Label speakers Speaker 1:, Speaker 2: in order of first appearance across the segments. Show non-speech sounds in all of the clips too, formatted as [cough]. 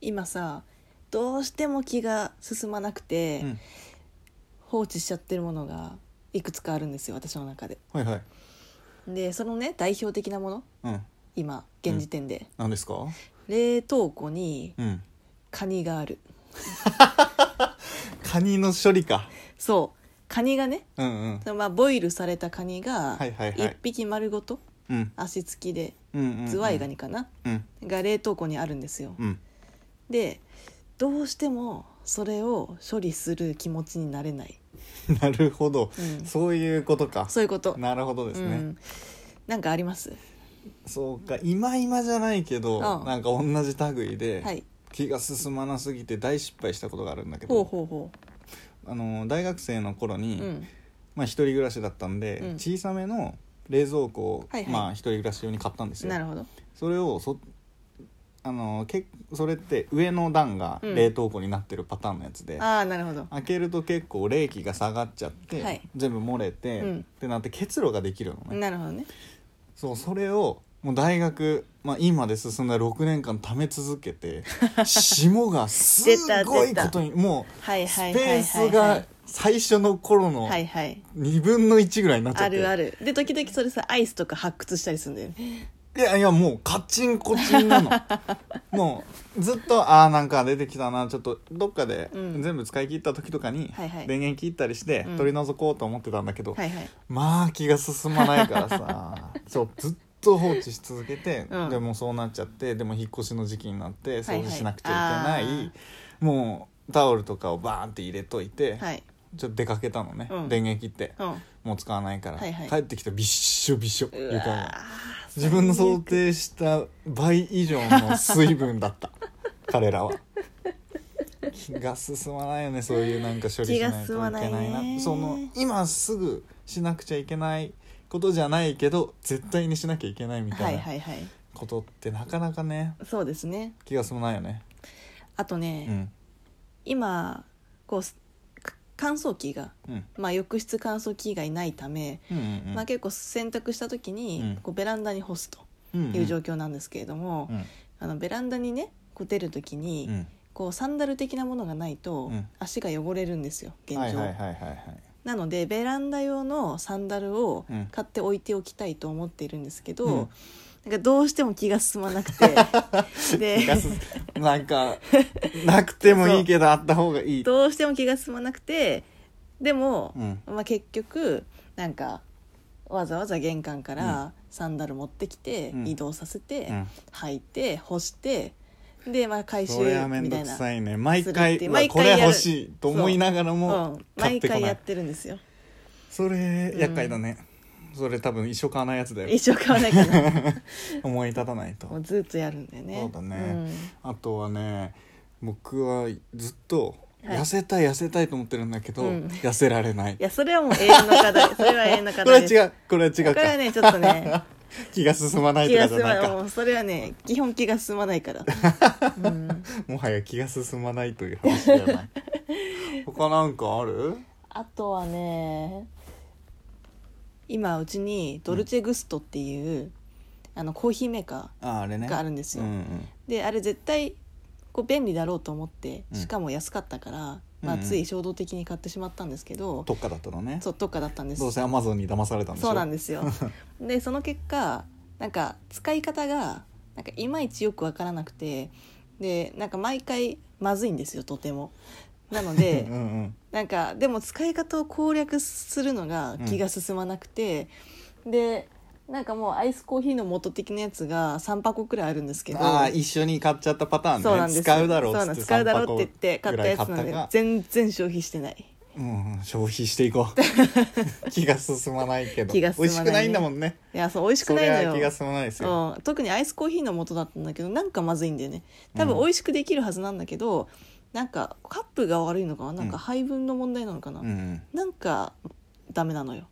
Speaker 1: 今さどうしても気が進まなくて、
Speaker 2: うん、
Speaker 1: 放置しちゃってるものがいくつかあるんですよ私の中で
Speaker 2: はいはい
Speaker 1: でそのね代表的なもの
Speaker 2: うん
Speaker 1: 今現時点で、
Speaker 2: 何ですか
Speaker 1: 冷凍庫に
Speaker 2: うん
Speaker 1: カニがある
Speaker 2: カニの処理か
Speaker 1: そうカニがね、
Speaker 2: うんうん
Speaker 1: そのまあ、ボイルされたカニが
Speaker 2: はいはいはい
Speaker 1: 一匹丸ごと
Speaker 2: うん
Speaker 1: 足つきで
Speaker 2: うんうんうん
Speaker 1: ズワイガニかな、
Speaker 2: うん
Speaker 1: が冷凍庫にあるんですよ、
Speaker 2: うん [laughs]
Speaker 1: でどうしてもそれを処理する気持ちになれない、
Speaker 2: なるほど、
Speaker 1: うん
Speaker 2: そういうことか
Speaker 1: そういうこと
Speaker 2: なるほどですね、
Speaker 1: うん、なんかあります
Speaker 2: そうか今今じゃないけど、
Speaker 1: うん
Speaker 2: なんか同じ類で、
Speaker 1: はい
Speaker 2: 気が進まなすぎて大失敗したことがあるんだけ
Speaker 1: ほう
Speaker 2: ど
Speaker 1: ほうほ
Speaker 2: あの大学生の頃に、
Speaker 1: う、うん、
Speaker 2: まあ、一人暮らしだったんで、
Speaker 1: うん
Speaker 2: 小さめの冷蔵庫を、
Speaker 1: はいはい
Speaker 2: まあ、一人暮らし用に買ったんですよ
Speaker 1: なるほど
Speaker 2: それをそあのけそれって上の段が
Speaker 1: うん
Speaker 2: 冷凍庫になってるパターンのやつで、
Speaker 1: ああなるほど
Speaker 2: 開けると結構冷気が下がっちゃって、
Speaker 1: はい
Speaker 2: 全部漏れて、
Speaker 1: うん
Speaker 2: ってなって結露ができるのね、
Speaker 1: なるほどね
Speaker 2: そうそれをもう大学、まあ、今で進んだ6年間溜め続け
Speaker 1: [laughs]
Speaker 2: て霜がすごいことにもう
Speaker 1: はい
Speaker 2: ス
Speaker 1: はいは
Speaker 2: ペ
Speaker 1: い
Speaker 2: ー
Speaker 1: はい
Speaker 2: ス
Speaker 1: は
Speaker 2: が
Speaker 1: い
Speaker 2: 最初の頃の
Speaker 1: はいはい
Speaker 2: 2分の1ぐらいになっちゃ
Speaker 1: あ
Speaker 2: って、
Speaker 1: るあるで時々それさアイスとか発掘したりするんだよね
Speaker 2: いやいやもうカチンコチン
Speaker 1: [laughs]
Speaker 2: なのもうずっとああんか出てきたなちょっとどっかで
Speaker 1: うん
Speaker 2: 全部使い切った時とかに
Speaker 1: はいはい
Speaker 2: 電源切ったりして
Speaker 1: うん
Speaker 2: 取り除こうと思ってたんだけど、
Speaker 1: はいはい
Speaker 2: まあ気が進まないか
Speaker 1: [laughs]
Speaker 2: らさそうずっと放置し続けて、
Speaker 1: うん
Speaker 2: でもうそうなっちゃってでも引っ越しの時期になって
Speaker 1: はい
Speaker 2: 掃除しなくちゃいけない、
Speaker 1: あー
Speaker 2: もうタオルとかをバーンって入れといて、
Speaker 1: はい
Speaker 2: ちょっと出かけたのね、
Speaker 1: うん
Speaker 2: 電源切って、
Speaker 1: うん
Speaker 2: もう使わないから、
Speaker 1: はいはい
Speaker 2: 帰ってきたらびっしょびっしょ
Speaker 1: う
Speaker 2: 床
Speaker 1: わ
Speaker 2: が
Speaker 1: ー
Speaker 2: 自分の想定した倍以上の水分だった [laughs] 彼らは。気が進まないよねそういうなんか処理しないといけないな
Speaker 1: 気が進まないね
Speaker 2: その今すぐしなくちゃいけないことじゃないけど絶対にしなきゃいけないみ
Speaker 1: は
Speaker 2: たい
Speaker 1: い
Speaker 2: な
Speaker 1: はいはい
Speaker 2: ことってなかなかね
Speaker 1: そうですね
Speaker 2: 気が進まないよね。
Speaker 1: あと
Speaker 2: う
Speaker 1: ね、
Speaker 2: ん
Speaker 1: 今こうすか乾燥機が、
Speaker 2: うん
Speaker 1: まあ、浴室乾燥機以外ないため、
Speaker 2: うんうん
Speaker 1: まあ、結構洗濯した時に、
Speaker 2: うん
Speaker 1: こうベランダに干すと
Speaker 2: うん
Speaker 1: いう状況なんですけれども、
Speaker 2: うん
Speaker 1: あのベランダにねこう出る時に、
Speaker 2: うん
Speaker 1: こうサンダル的なものがないと、
Speaker 2: うん
Speaker 1: 足が汚れるんですよ現状、
Speaker 2: はいはいはいはいはい
Speaker 1: なのでベランダ用のサンダルを
Speaker 2: うん
Speaker 1: 買って置いておきたいと思っているんですけど、
Speaker 2: うん
Speaker 1: なんかどうしても気が進まなく
Speaker 2: [laughs]
Speaker 1: てで
Speaker 2: 気が進むなんかなくてもいいけどあった方が
Speaker 1: [laughs]
Speaker 2: いい。
Speaker 1: どうしても気が進まなくてでも、
Speaker 2: うん
Speaker 1: まあ、結局なんかわざわざ玄関からサンダル持ってきて、
Speaker 2: うん
Speaker 1: 移動させて、
Speaker 2: うん
Speaker 1: 履いて干してで、まあ、回収
Speaker 2: そ
Speaker 1: み
Speaker 2: れは面
Speaker 1: た
Speaker 2: 倒
Speaker 1: い
Speaker 2: く
Speaker 1: な、
Speaker 2: さいね毎
Speaker 1: するってい
Speaker 2: 回
Speaker 1: う
Speaker 2: まあ
Speaker 1: 毎
Speaker 2: こ
Speaker 1: 回
Speaker 2: れ
Speaker 1: やる
Speaker 2: 欲しいと思いながら
Speaker 1: う
Speaker 2: も
Speaker 1: ん、
Speaker 2: 買っ
Speaker 1: 毎
Speaker 2: てこ
Speaker 1: 回
Speaker 2: な
Speaker 1: やっ
Speaker 2: い
Speaker 1: てるんですよ
Speaker 2: それ厄介だねそれ多分一生買わないやつだよ
Speaker 1: 一生買わないかな
Speaker 2: 思い立たない
Speaker 1: もう
Speaker 2: と
Speaker 1: ずっとやるんだよね
Speaker 2: そうだねあとはね僕はずっと痩せたい痩せたいと思ってるんだけど
Speaker 1: うん
Speaker 2: 痩せられない
Speaker 1: い
Speaker 2: こ
Speaker 1: やそれはもう永遠の課題
Speaker 2: [laughs]
Speaker 1: それは永遠の課
Speaker 2: れ
Speaker 1: 題
Speaker 2: は
Speaker 1: です
Speaker 2: 違うこれは違う
Speaker 1: こ
Speaker 2: か
Speaker 1: れはねちょっと
Speaker 2: [laughs]
Speaker 1: ね
Speaker 2: 気が進まない
Speaker 1: 気
Speaker 2: と
Speaker 1: が
Speaker 2: かじ
Speaker 1: 進
Speaker 2: ゃな
Speaker 1: ま
Speaker 2: い
Speaker 1: ない
Speaker 2: か
Speaker 1: もうそれはね基本気が進まないから、うん、
Speaker 2: もはや気が進まないという話で
Speaker 1: [laughs]
Speaker 2: はない他なんかある
Speaker 1: あとはね今うちにドルチェグストっていう、あのコーヒーメーカ
Speaker 2: ああれね
Speaker 1: があるんですよ
Speaker 2: うんうん
Speaker 1: ーであれ絶対こう便利だろうと思って
Speaker 2: うん
Speaker 1: しかも安かったから、
Speaker 2: うん
Speaker 1: まあ、つい衝動的に買ってしまったんですけど、
Speaker 2: 特価だったのね
Speaker 1: そう特価だったんです
Speaker 2: どうせアマゾンに騙されたんでしょ
Speaker 1: そうなん
Speaker 2: [laughs]
Speaker 1: ですよでその結果なんか使い方がなんかいまいちよくわからなくてでなんか毎回まずいんですよとてもなので
Speaker 2: [laughs] うんうん
Speaker 1: なんかでも使い方を攻略するのが気が進まなくて、でなんかもうアイスコーヒーの素的なやつが3箱くらいあるんですけど
Speaker 2: ああ一緒に買っちゃったパターンね
Speaker 1: そうなんですよ
Speaker 2: 使うだろう
Speaker 1: そ
Speaker 2: っ
Speaker 1: う
Speaker 2: つ
Speaker 1: な
Speaker 2: っ
Speaker 1: ん
Speaker 2: て
Speaker 1: 使うだろうって言って
Speaker 2: 3
Speaker 1: 買
Speaker 2: 箱ぐ
Speaker 1: っ
Speaker 2: ら
Speaker 1: た
Speaker 2: い
Speaker 1: や
Speaker 2: 買
Speaker 1: つ
Speaker 2: っ
Speaker 1: な
Speaker 2: た
Speaker 1: んで
Speaker 2: が
Speaker 1: 全然消費してない
Speaker 2: うん消費していこ
Speaker 1: [laughs]
Speaker 2: う気が進まないけど
Speaker 1: 気が進まないね
Speaker 2: 美味しくないんだもんね
Speaker 1: いやそう美味しくないの
Speaker 2: それ
Speaker 1: よ
Speaker 2: は気が進まないですよ
Speaker 1: うん、特にアイスコーヒーの素だったんだけどなんかまずいんだよね多分
Speaker 2: うん
Speaker 1: 美味しくできるはずなんだけど、なんかカップが悪いのかななんか
Speaker 2: うん
Speaker 1: 配分の問題なのかな、
Speaker 2: うんうん
Speaker 1: なんかダメなのよ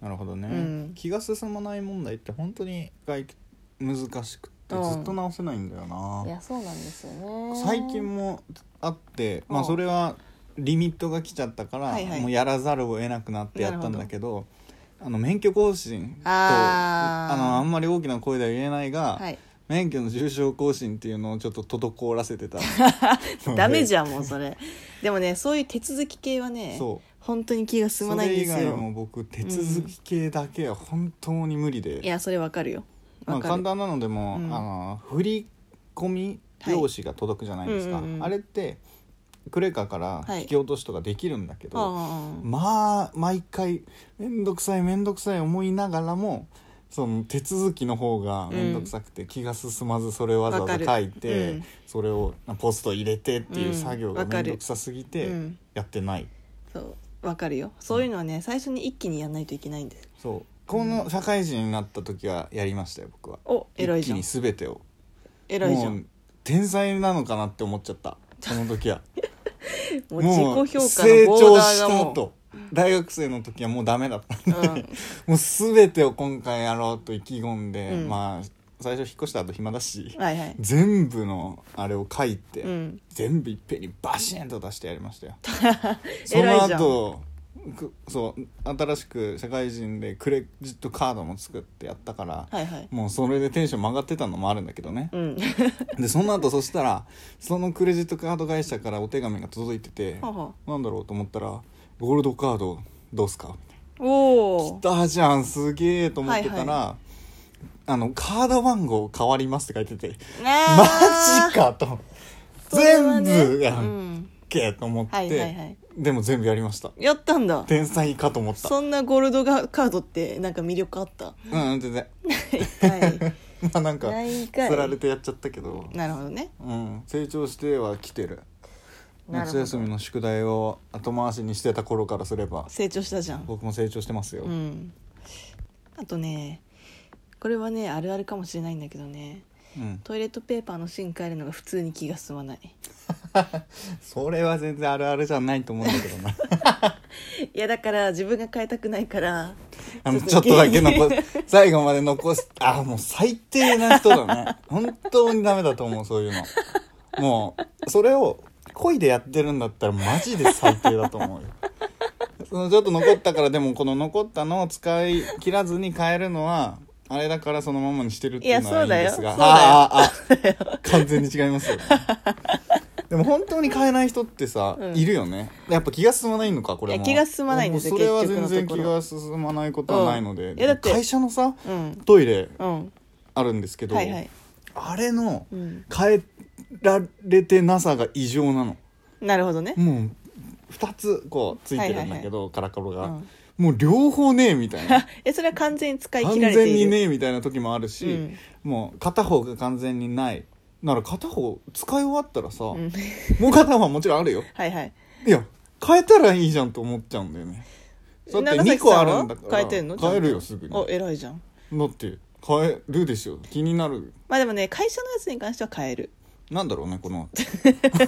Speaker 2: なるほどね、
Speaker 1: うん
Speaker 2: 気が進まない問題って本当に外難しくって
Speaker 1: うん
Speaker 2: ずっと直せないんだよな、
Speaker 1: いやそうなんですよね
Speaker 2: 最近もあって、ま
Speaker 1: う
Speaker 2: あ、
Speaker 1: ん
Speaker 2: それはリミットが来ちゃったから、
Speaker 1: はいはい
Speaker 2: もうやらざるを得なくなってやったんだけどあの免許更新と
Speaker 1: あー
Speaker 2: あのあんまり大きな声では言えないが、
Speaker 1: はい
Speaker 2: 免許の重症更新っていうのをちょっと滞らせ
Speaker 1: [laughs]
Speaker 2: てた
Speaker 1: ダメじゃんもうそれでもねそういう手続き系はね
Speaker 2: そう
Speaker 1: 本当に気が進ま
Speaker 2: そ
Speaker 1: ないん
Speaker 2: れ
Speaker 1: で
Speaker 2: 以
Speaker 1: す
Speaker 2: 外
Speaker 1: よ
Speaker 2: も僕手続き系だけは本当に無理で、
Speaker 1: いやそれわかるよ
Speaker 2: ま
Speaker 1: わ
Speaker 2: あ、
Speaker 1: かる、
Speaker 2: 簡単なのでも、
Speaker 1: うん
Speaker 2: あの振り込み用紙が届くじゃないですか、
Speaker 1: はいうんうんうん
Speaker 2: あれってクレカから
Speaker 1: はい
Speaker 2: 引き落としとかできるんだけど、
Speaker 1: ああ
Speaker 2: まあ毎回面倒くさい面倒くさい思いながらもその手続きの方が面倒くさくて気が進まずそれをわざわ
Speaker 1: わか
Speaker 2: ざ
Speaker 1: る
Speaker 2: 書いて、
Speaker 1: うん
Speaker 2: それをポスト入れてっていううん作業が
Speaker 1: わか
Speaker 2: 面
Speaker 1: る
Speaker 2: 倒くさすぎて
Speaker 1: うん
Speaker 2: やってない、
Speaker 1: そうわかるよそういうのはね最初に一気にやんないといけないんです
Speaker 2: そうこの社会人になった時はやりましたよ僕は
Speaker 1: お偉いじ
Speaker 2: 一気
Speaker 1: ゃん
Speaker 2: に全てを
Speaker 1: 偉いじゃ
Speaker 2: も
Speaker 1: ん
Speaker 2: う天才なのかなって思っちゃったその時は
Speaker 1: [laughs] もう自己評価
Speaker 2: 成
Speaker 1: のボー
Speaker 2: 長
Speaker 1: ダー
Speaker 2: し
Speaker 1: が
Speaker 2: た
Speaker 1: もう
Speaker 2: と大学生の時はもうダメだった
Speaker 1: うん
Speaker 2: もう全てを今回やろうと意気込んで、
Speaker 1: うん
Speaker 2: まあ最初引っ越した後暇だし、
Speaker 1: はいはい
Speaker 2: 全部のあれを書いて、
Speaker 1: うん
Speaker 2: 全部いっぺんにバシーンと出してやりましたよそ
Speaker 1: [laughs] 偉
Speaker 2: の
Speaker 1: いじゃん
Speaker 2: 後くそう新しく社会人でクレジットカードも作ってやったから、
Speaker 1: はいはい
Speaker 2: もうそれでテンション曲がってたのもあるんだけどね、
Speaker 1: うん
Speaker 2: でその後そしたらそのクレジットカード会社からお手紙が届いてて
Speaker 1: はは
Speaker 2: なんだろうと思ったら「ゴールドカードどうすか?」
Speaker 1: おお
Speaker 2: 来たじゃんすげえと思ってた
Speaker 1: は
Speaker 2: ら、
Speaker 1: いは
Speaker 2: あのカード番号変わりますって書いててマ
Speaker 1: マ
Speaker 2: ジかと
Speaker 1: それは
Speaker 2: 全
Speaker 1: ね
Speaker 2: 部や
Speaker 1: うんん
Speaker 2: けと思って、
Speaker 1: はいはいはい
Speaker 2: でも全部やりました
Speaker 1: やったんだ
Speaker 2: 天才かと思った
Speaker 1: そんなゴールドがカードってなんか魅力あった
Speaker 2: うんうん全然 [laughs]
Speaker 1: は
Speaker 2: まあなんか
Speaker 1: ないんかい
Speaker 2: つられてやっちゃったけど
Speaker 1: い、なるほどね
Speaker 2: うん、成長しては来てる
Speaker 1: なるほ
Speaker 2: 夏
Speaker 1: ど
Speaker 2: 休みの宿題を後回しにしてた頃からすれば
Speaker 1: 成長したじゃん
Speaker 2: 僕も成長してますよ、
Speaker 1: うんあとねこれはねあるあるかもしれないんだけどね
Speaker 2: うん
Speaker 1: トイレットペーパーの芯変えるのが普通に気が進まない
Speaker 2: それは全然あるあるじゃないと思うんだけどな
Speaker 1: いやだから自分が変えたくないから
Speaker 2: あの
Speaker 1: ち
Speaker 2: ち
Speaker 1: ょ
Speaker 2: ょ
Speaker 1: っ
Speaker 2: っ
Speaker 1: と
Speaker 2: と
Speaker 1: だ
Speaker 2: だ
Speaker 1: け
Speaker 2: け残す最後まで残すあもう最低な人だ
Speaker 1: [laughs]
Speaker 2: ね本当にダメだと思うそういうのもうそれを恋でやってるんだったらマジで最低だと思うよそのちょっと残ったからでもこの残ったのを使い切らずに変えるのはあれだからそのままにしてるっていうのはいいんですが
Speaker 1: いやそうだよ
Speaker 2: ああああ完全に違いますよねでも本当に変えない人ってさ、
Speaker 1: うん
Speaker 2: いるよねやっぱ気が進まないのかこれ
Speaker 1: いや
Speaker 2: も
Speaker 1: 気が進まないんですよ
Speaker 2: もうそれは
Speaker 1: 結局の
Speaker 2: 全然
Speaker 1: とこ
Speaker 2: 気
Speaker 1: ろ
Speaker 2: が進まないことはないので,、
Speaker 1: うんいやだって
Speaker 2: 会社のさ
Speaker 1: うん
Speaker 2: トイレ
Speaker 1: うん
Speaker 2: あるんですけど、
Speaker 1: はいはい、
Speaker 2: あれの
Speaker 1: うん、
Speaker 2: 変えられてなさが異常なの
Speaker 1: なるほどね
Speaker 2: もう2つこうついてるんだけど、カラカロが、
Speaker 1: うん
Speaker 2: もう両方ねえみた
Speaker 1: [laughs]
Speaker 2: いな
Speaker 1: えそれは完全に使い
Speaker 2: 完
Speaker 1: 切られて
Speaker 2: 全
Speaker 1: い
Speaker 2: に
Speaker 1: る
Speaker 2: ねえみたいな時もあるし、
Speaker 1: うん
Speaker 2: もう片方が完全にないなら片方使い終わったらさ、
Speaker 1: うん、 [laughs]
Speaker 2: もう片方はもちろんあるよ
Speaker 1: はいはい
Speaker 2: いや変えたらいいじゃんと思っちゃうんだよねだって
Speaker 1: 長崎
Speaker 2: 2個あるんだから
Speaker 1: さは変えてんの
Speaker 2: 変えるよすぐに
Speaker 1: お偉いじゃん
Speaker 2: だって変えるでしょ気になる
Speaker 1: まあでもね会社のやつに関しては変える
Speaker 2: なんだろうねこの
Speaker 1: [laughs]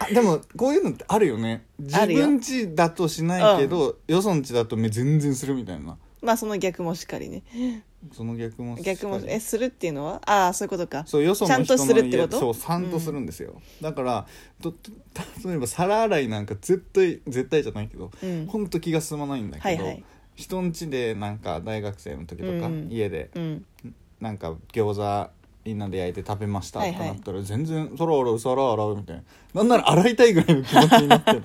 Speaker 2: あでもこういうのってあるよね自
Speaker 1: あるよ
Speaker 2: 分家だとしないけど、よそん家だとめ全然するみたいな
Speaker 1: まあその逆もしっかりね
Speaker 2: その逆もしっかり
Speaker 1: 逆もえするっていうのはああそういうことか
Speaker 2: そうよその
Speaker 1: ちゃんと
Speaker 2: 人
Speaker 1: す
Speaker 2: の
Speaker 1: るって
Speaker 2: 家
Speaker 1: こと
Speaker 2: そうさんとするんですよ、だからとと例えば皿洗いなんか絶対絶対じゃないけど、
Speaker 1: うん
Speaker 2: ほんと気が進まないんだけど、
Speaker 1: はいはい
Speaker 2: 人ん家でなんか大学生の時とか、
Speaker 1: うんうん
Speaker 2: 家で
Speaker 1: うん
Speaker 2: なんか餃子みんなで焼いて食べましたっ
Speaker 1: はい
Speaker 2: て
Speaker 1: はい
Speaker 2: なったら全然「そら洗う皿洗う」みたいななんなら洗いたいぐらいの気持ちにな
Speaker 1: [laughs]
Speaker 2: ってる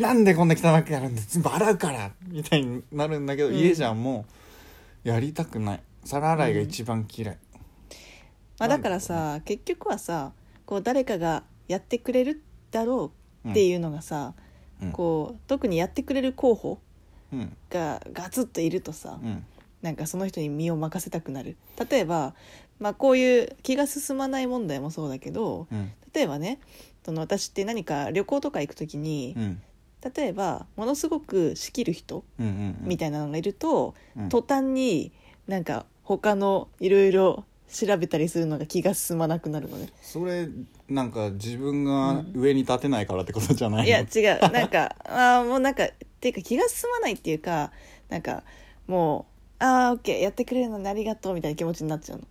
Speaker 2: なんでこんな汚くやるんで全部洗うからみたいになるんだけど、
Speaker 1: うん
Speaker 2: 家じゃもうやりたくない皿洗いが一番嫌い、
Speaker 1: まあ、だからさ結局はさこう誰かがやってくれるだろうっていうのがさ、
Speaker 2: うん
Speaker 1: こう特にやってくれる候補
Speaker 2: うん
Speaker 1: がガツッといるとさ、
Speaker 2: うん
Speaker 1: なんかその人に身を任せたくなる例えば、まあ、こういう気が進まない問題もそうだけど
Speaker 2: うん
Speaker 1: 例えばねその私って何か旅行とか行く時に、
Speaker 2: うん
Speaker 1: 例えばものすごく仕切る人
Speaker 2: うんうん
Speaker 1: みたいなのがいると、
Speaker 2: うん
Speaker 1: 途端になんか他のいろいろ調べたりするのが気が進まなくなるの
Speaker 2: [laughs]
Speaker 1: ね。
Speaker 2: それなんか自分が上に立てないからってことじゃない
Speaker 1: いや違うなんかあーもうなんかっていうか気が進まないっていうかなんかもうああオッケーやってくれるのにありがとうみたいな気持ちになっちゃうの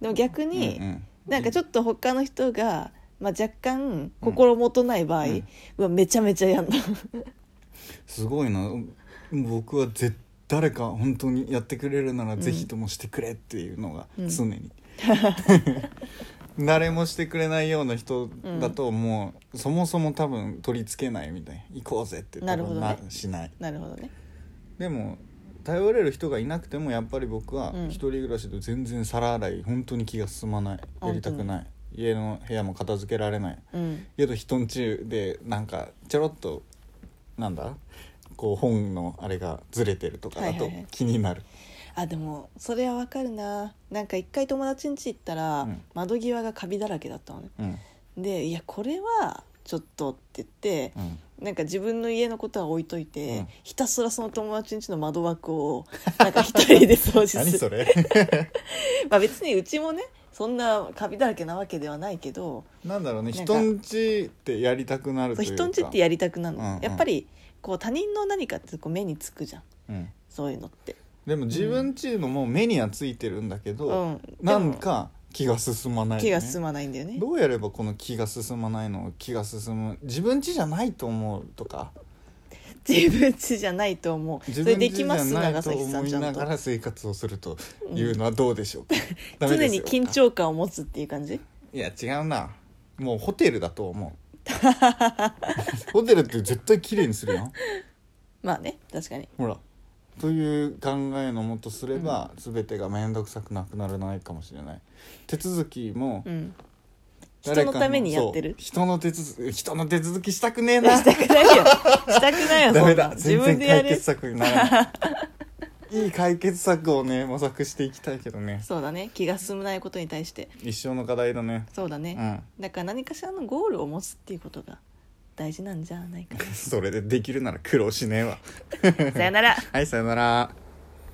Speaker 1: でも逆に、
Speaker 2: うんうん
Speaker 1: なんかちょっと他の人が、まあ、若干心もとない場合、
Speaker 2: う
Speaker 1: うんわめちゃめちゃやんだ
Speaker 2: すごいな僕は絶誰か本当にやってくれるならぜひともしてくれっていうのが
Speaker 1: うん [laughs]
Speaker 2: 常に誰もしてくれないような人だともう、そもそも多分取り付けないみたいな行こうぜって多分
Speaker 1: なるほどね
Speaker 2: しない
Speaker 1: [laughs] なるほどね
Speaker 2: でも頼れる人がいなくてもやっぱり僕は
Speaker 1: うん
Speaker 2: 一人暮らしで全然皿洗い本当に気が進まないやりたくない家の部屋も片付けられない
Speaker 1: うん
Speaker 2: けど人んちでなんかちょろっとなんだこう本のあれがずれてるとかだ
Speaker 1: はいは
Speaker 2: と
Speaker 1: いはい
Speaker 2: 気になる、
Speaker 1: あでもそれはわかるななんか一回友達ん家行ったら、
Speaker 2: うん
Speaker 1: 窓際がカビだらけだったのね
Speaker 2: うん
Speaker 1: でいやこれはちょっとって言って、
Speaker 2: うん
Speaker 1: なんか自分の家のことは置いといて、
Speaker 2: うん
Speaker 1: ひたすらその友達ん家の窓枠をなんか一人で掃除する
Speaker 2: [laughs] 何それ
Speaker 1: [laughs] まあ別にうちもねそんなカビだらけなわけではないけど
Speaker 2: なんだろうね
Speaker 1: なんか
Speaker 2: 人んちってやりたくなる
Speaker 1: そ
Speaker 2: と
Speaker 1: う
Speaker 2: いうか
Speaker 1: 人んちってやりたくなるの、
Speaker 2: うんうん
Speaker 1: やっぱりこう他人の何かってこう目につくじゃん
Speaker 2: うん
Speaker 1: そういうのって
Speaker 2: でも自分ちのも目にはついてるんだけ
Speaker 1: う
Speaker 2: ど、
Speaker 1: ん
Speaker 2: なんか気が進まないよね、
Speaker 1: 気が進まないんだよね
Speaker 2: どうやればこの気が進まないのを気が進む自分ちじゃないと思うとか
Speaker 1: 自分ちじゃないと思う
Speaker 2: 自
Speaker 1: それ
Speaker 2: 分
Speaker 1: で
Speaker 2: ち
Speaker 1: き
Speaker 2: じゃ
Speaker 1: ます
Speaker 2: な
Speaker 1: 長
Speaker 2: いと
Speaker 1: 崎さ
Speaker 2: 思
Speaker 1: ん
Speaker 2: い
Speaker 1: ちゃ
Speaker 2: なん
Speaker 1: と
Speaker 2: がら生活をするというのはどうでしょうか、ダメ
Speaker 1: [laughs] 常
Speaker 2: です
Speaker 1: に
Speaker 2: よ
Speaker 1: 緊張感を持つっていう感じ
Speaker 2: いや違うなもうホテルだと思う [laughs] ホテルって絶対綺麗にするやん
Speaker 1: まあね確かに
Speaker 2: ほらという考えのもとすれば、全てが面倒くさくなくならないかもしれない手続きも [laughs]
Speaker 1: うん
Speaker 2: 誰
Speaker 1: 人
Speaker 2: か
Speaker 1: のためにやってる
Speaker 2: そう人の手続き人の手続きしたくねえな
Speaker 1: したくないよしたくないよ
Speaker 2: [laughs] ダ
Speaker 1: そ
Speaker 2: メ
Speaker 1: んな
Speaker 2: だ
Speaker 1: 自
Speaker 2: 全
Speaker 1: 分
Speaker 2: 然
Speaker 1: でや
Speaker 2: 解決
Speaker 1: る
Speaker 2: 策にならない [laughs] いい解決策をね模索していきたいけどね
Speaker 1: そうだね気が進まないことに対して
Speaker 2: 一生の課題だね
Speaker 1: そうだね、
Speaker 2: うん
Speaker 1: だから何かしらのゴールを持つっていうことが大事なんじゃないか
Speaker 2: それでできるなら苦労しねえわ [laughs]
Speaker 1: さよなら
Speaker 2: はいさよなら